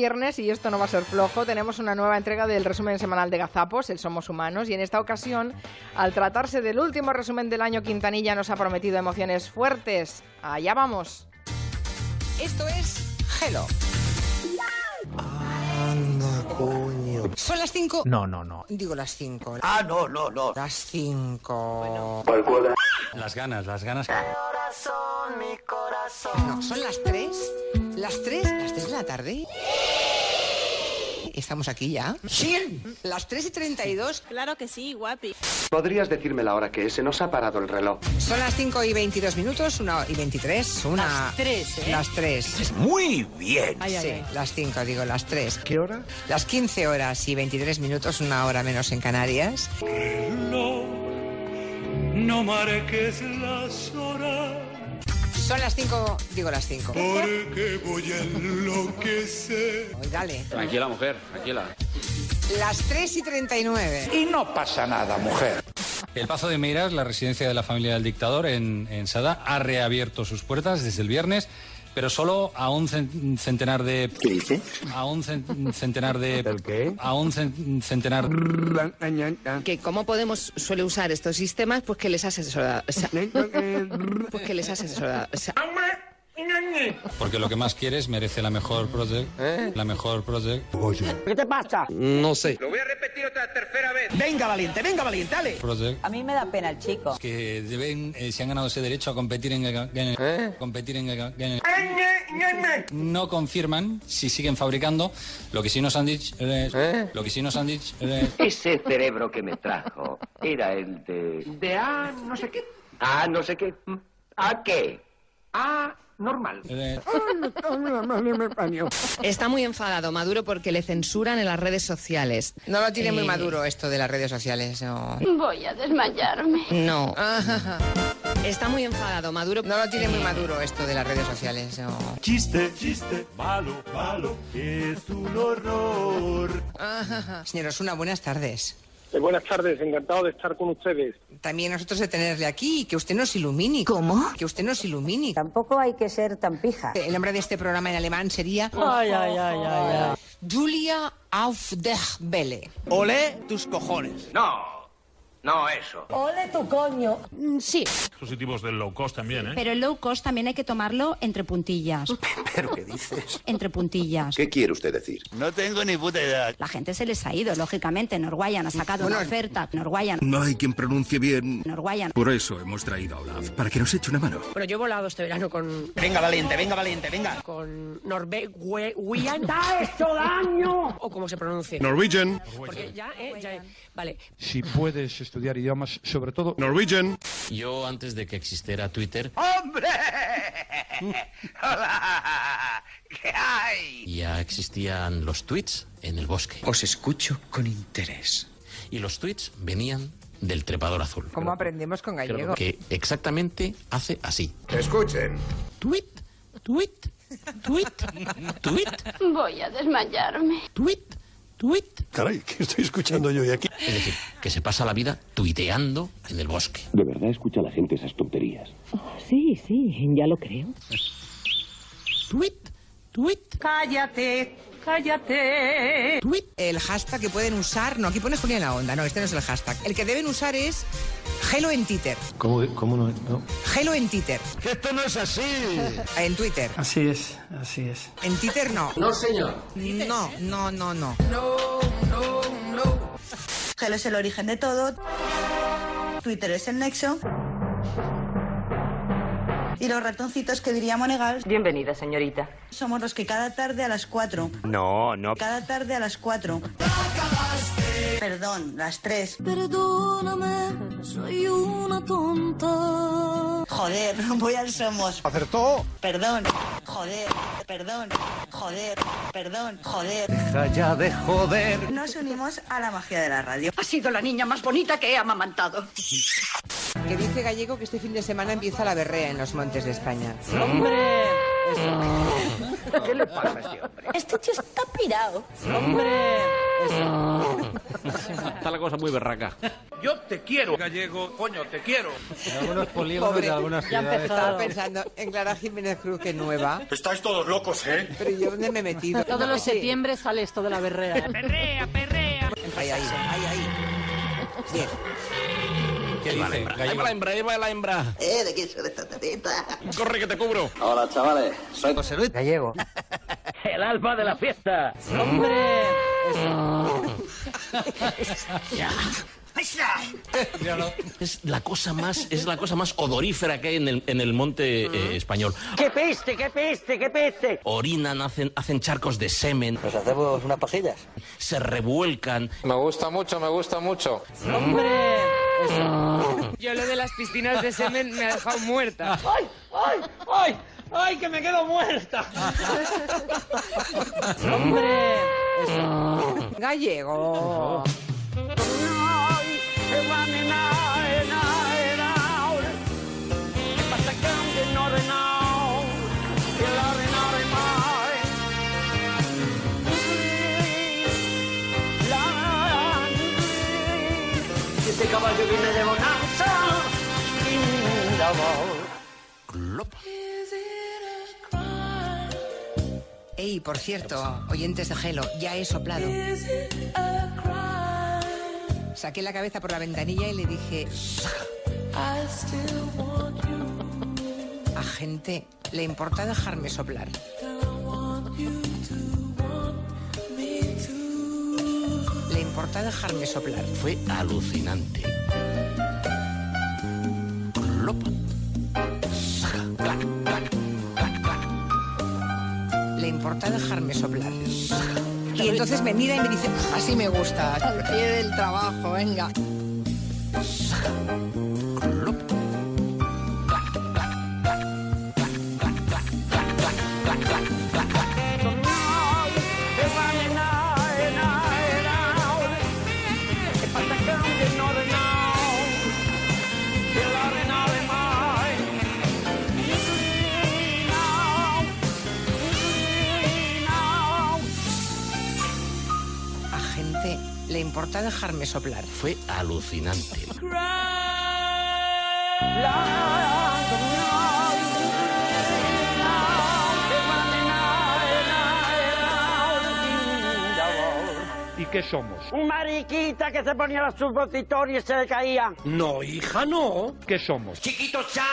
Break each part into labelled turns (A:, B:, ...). A: viernes, y esto no va a ser flojo, tenemos una nueva entrega del resumen semanal de Gazapos, el Somos Humanos, y en esta ocasión, al tratarse del último resumen del año, Quintanilla nos ha prometido emociones fuertes. Allá vamos.
B: Esto es Hello.
C: Anda, coño.
B: Son las 5.
D: No, no, no.
B: Digo las 5.
C: Ah, no, no, no.
B: Las 5.
D: Las ganas, las ganas.
B: No, son las 3. Las 3. Las 3 de la tarde. Estamos aquí ya. Las 3 y 32.
E: Claro que sí, guapi.
F: ¿Podrías decirme la hora que es? Se nos ha parado el reloj.
B: Son las 5 y 22 minutos. 1 y 23. Una...
E: Las 3, ¿eh?
B: Las 3.
C: Muy bien.
E: Ay, ay,
B: Sí,
E: ay.
B: las 5, digo, las 3.
C: ¿Qué hora?
B: Las 15 horas y 23 minutos, una hora menos en Canarias.
G: No marques las horas,
B: Son las 5, digo las 5.
G: porque voy a enloquecer.
B: Dale.
H: Tranquila, mujer, tranquila.
B: Las 3 y 39.
C: Y no pasa nada, mujer.
D: El Pazo de Meiras, la residencia de la familia del dictador en, en Sada, ha reabierto sus puertas desde el viernes, pero solo a un cen- centenar de... ¿Qué dice? A un cen- centenar de...
C: ¿Del qué?
D: A un cen- centenar...
I: que cómo Podemos suele usar estos sistemas, pues que les ha asesorado. o sea, pues que les ha asesorado. o sea,
D: Porque lo que más quieres merece la mejor prote... La mejor prote... prote-
E: A mí me da pena el chico.
D: que deben, eh, se han ganado ese derecho a competir en el... en el- Competir en el- en el- No confirman si siguen fabricando. Lo que sí nos han dicho... eh, Lo que sí nos han dicho... eh,
F: Ese cerebro que me trajo era el de... De A no sé qué. A no sé qué. ¿A qué? A normal.
D: eh,
I: está muy enfadado Maduro porque le censuran en las redes sociales.
B: No lo tiene muy
I: Eh.
B: maduro esto de las redes sociales. No,
J: Voy a desmayarme.
I: No. Está muy enfadado Maduro.
B: no lo tiene muy maduro esto de las redes sociales. No.
G: Chiste, chiste, malo, malo, es un horror.
B: Señor Osuna, buenas tardes.
H: Eh, buenas tardes, encantado de estar con ustedes.
B: También nosotros de tenerle aquí y que usted nos ilumine.
J: ¿Cómo?
B: Que usted nos ilumine.
J: Tampoco hay que ser tan pija.
B: El nombre de este programa en alemán sería
E: Ay, ay, ay, ay, ay.
B: Julia auf der Welle.
C: Olé tus cojones.
F: No, no eso.
J: ¡Ole tu coño!
E: Mm, Sí,
G: Positivos del low cost también, ¿eh?
E: pero el low cost también hay que tomarlo entre puntillas.
C: ¿Pero qué dices?
E: Entre puntillas.
F: ¿Qué quiere usted decir?
C: No tengo ni puta idea.
E: La gente se les ha ido, lógicamente. Norwayan ha sacado una oferta. Norwayan,
G: No hay quien pronuncie bien.
E: Norwayan.
G: Por eso hemos traído a Olaf, para que nos eche una mano.
I: Bueno, yo he volado este verano con,
C: Venga, valiente, venga, valiente, venga.
I: con Norwegian.
J: ¡Esto daño!
I: o como se pronuncie.
G: Norwegian,
I: Porque ya, eh, ya, vale.
K: si puedes estudiar idiomas, sobre todo
G: Norwegian.
H: Yo antes de que existiera Twitter
C: ¡Hombre! ¡Hola! ¿Qué hay?
H: ya existían los tweets en el bosque
C: Os escucho con interés.
H: y los tweets venían del trepador azul.
B: ¿Cómo aprendemos con
H: Creo
B: gallego?
H: que exactamente hace así.
F: Escuchen.
H: Tweet, tweet, tweet, tweet,
J: Voy a desmayarme.
H: tweet, tweet.
G: Caray, ¿qué estoy escuchando yo de aquí?
H: Es decir, que se pasa la vida tuiteando en el bosque.
F: De verdad escucha la gente esas tonterías.
J: Sí, sí, ya lo creo.
H: Tweet, tweet,
J: ¡Cállate! ¡Cállate!
H: tweet.
B: El hashtag que pueden usar, no, aquí pone Julia en la onda, no, este no es el hashtag. El que deben usar es Hello en Twitter.
K: ¿Cómo, no,
B: Hello en Twitter.
C: ¡Esto no es así!
B: En Twitter. Así es, así es. En Twitter no.
H: No, señor.
B: No, no, no, no.
E: Hello es el origen de todo. Twitter es el nexo. Y los ratoncitos que diría Monegal
J: Bienvenida, señorita.
E: somos los que cada tarde a las 4.
C: No, no.
E: Cada tarde a las 4. Perdón, las 3.
J: Perdóname, soy una tonta.
E: Joder, voy al Somos.
C: ¿Acertó?
E: Perdón. Joder, perdón. Joder, perdón, joder.
C: Deja ya de joder.
E: Nos unimos a la magia de la radio.
J: Ha sido la niña más bonita que he amamantado.
B: Que dice Gallego que este fin de semana empieza la berrea en los montes de España.
F: ¿Qué le pasa a este hombre?
J: Este tío está pirado.
B: Eso.
L: Está la cosa muy berraca.
M: Yo te quiero, gallego. Coño, te quiero.
L: En algunos polígonos de algunas ciudades.
B: Estaba pensando en Clara Jiménez Cruz, que es nueva.
M: Estáis todos locos, ¿eh?
B: Pero yo, ¿dónde me he metido?
N: Todos los septiembre sale esto de la berrea.
B: Perrea, perrea. Ahí, ahí, ahí, ahí. Bien.
L: ¿Qué dice? Ahí va la hembra, ahí va la hembra.
O: ¿Eh? ¿De quién son estas tetitas?
L: Corre que te cubro.
O: Hola, chavales. Soy José Luis Gallego.
F: El alba de la fiesta.
O: ¡Hombre!
H: Es la cosa más, es la cosa más odorífera que hay en el, en el monte eh, español.
F: ¡Qué peste, qué peste, qué peste!
H: Orinan, hacen, hacen charcos de semen. Nos hacemos unas pajillas. Se revuelcan. Me gusta mucho, me gusta mucho.
P: ¡Hombre! Yo lo de las piscinas de semen me ha dejado muerta. ¡Ay, ay, ay! ¡Ay, que me quedo muerta!
B: ¡Hombre! Gallego.
F: Este caballo viene de bonanza.
B: Ey, por cierto, oyentes de Gelo, ya he soplado. Saqué la cabeza por la ventanilla y le dije... A gente, ¿le importa dejarme soplar? ¿Le importa dejarme soplar?
H: Fue alucinante.
B: ¿Le importa dejarme soplar? Y entonces me mira y me dice, así me gusta, al pie del trabajo, venga. A gente, ¿le importa dejarme soplar?
H: Fue alucinante.
G: ¿Y qué somos?
F: Mariquita que se ponía los supositorios y se le caían.
G: No, hija, no. ¿Qué somos?
F: Chiquito Chan,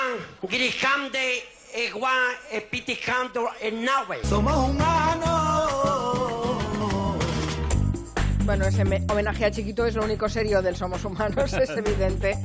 F: Grijande, Eguán, Epiticando, Nahue.
A: Somos Bueno, ese me- homenaje a Chiquito es lo único serio del Somos Humanos, es evidente.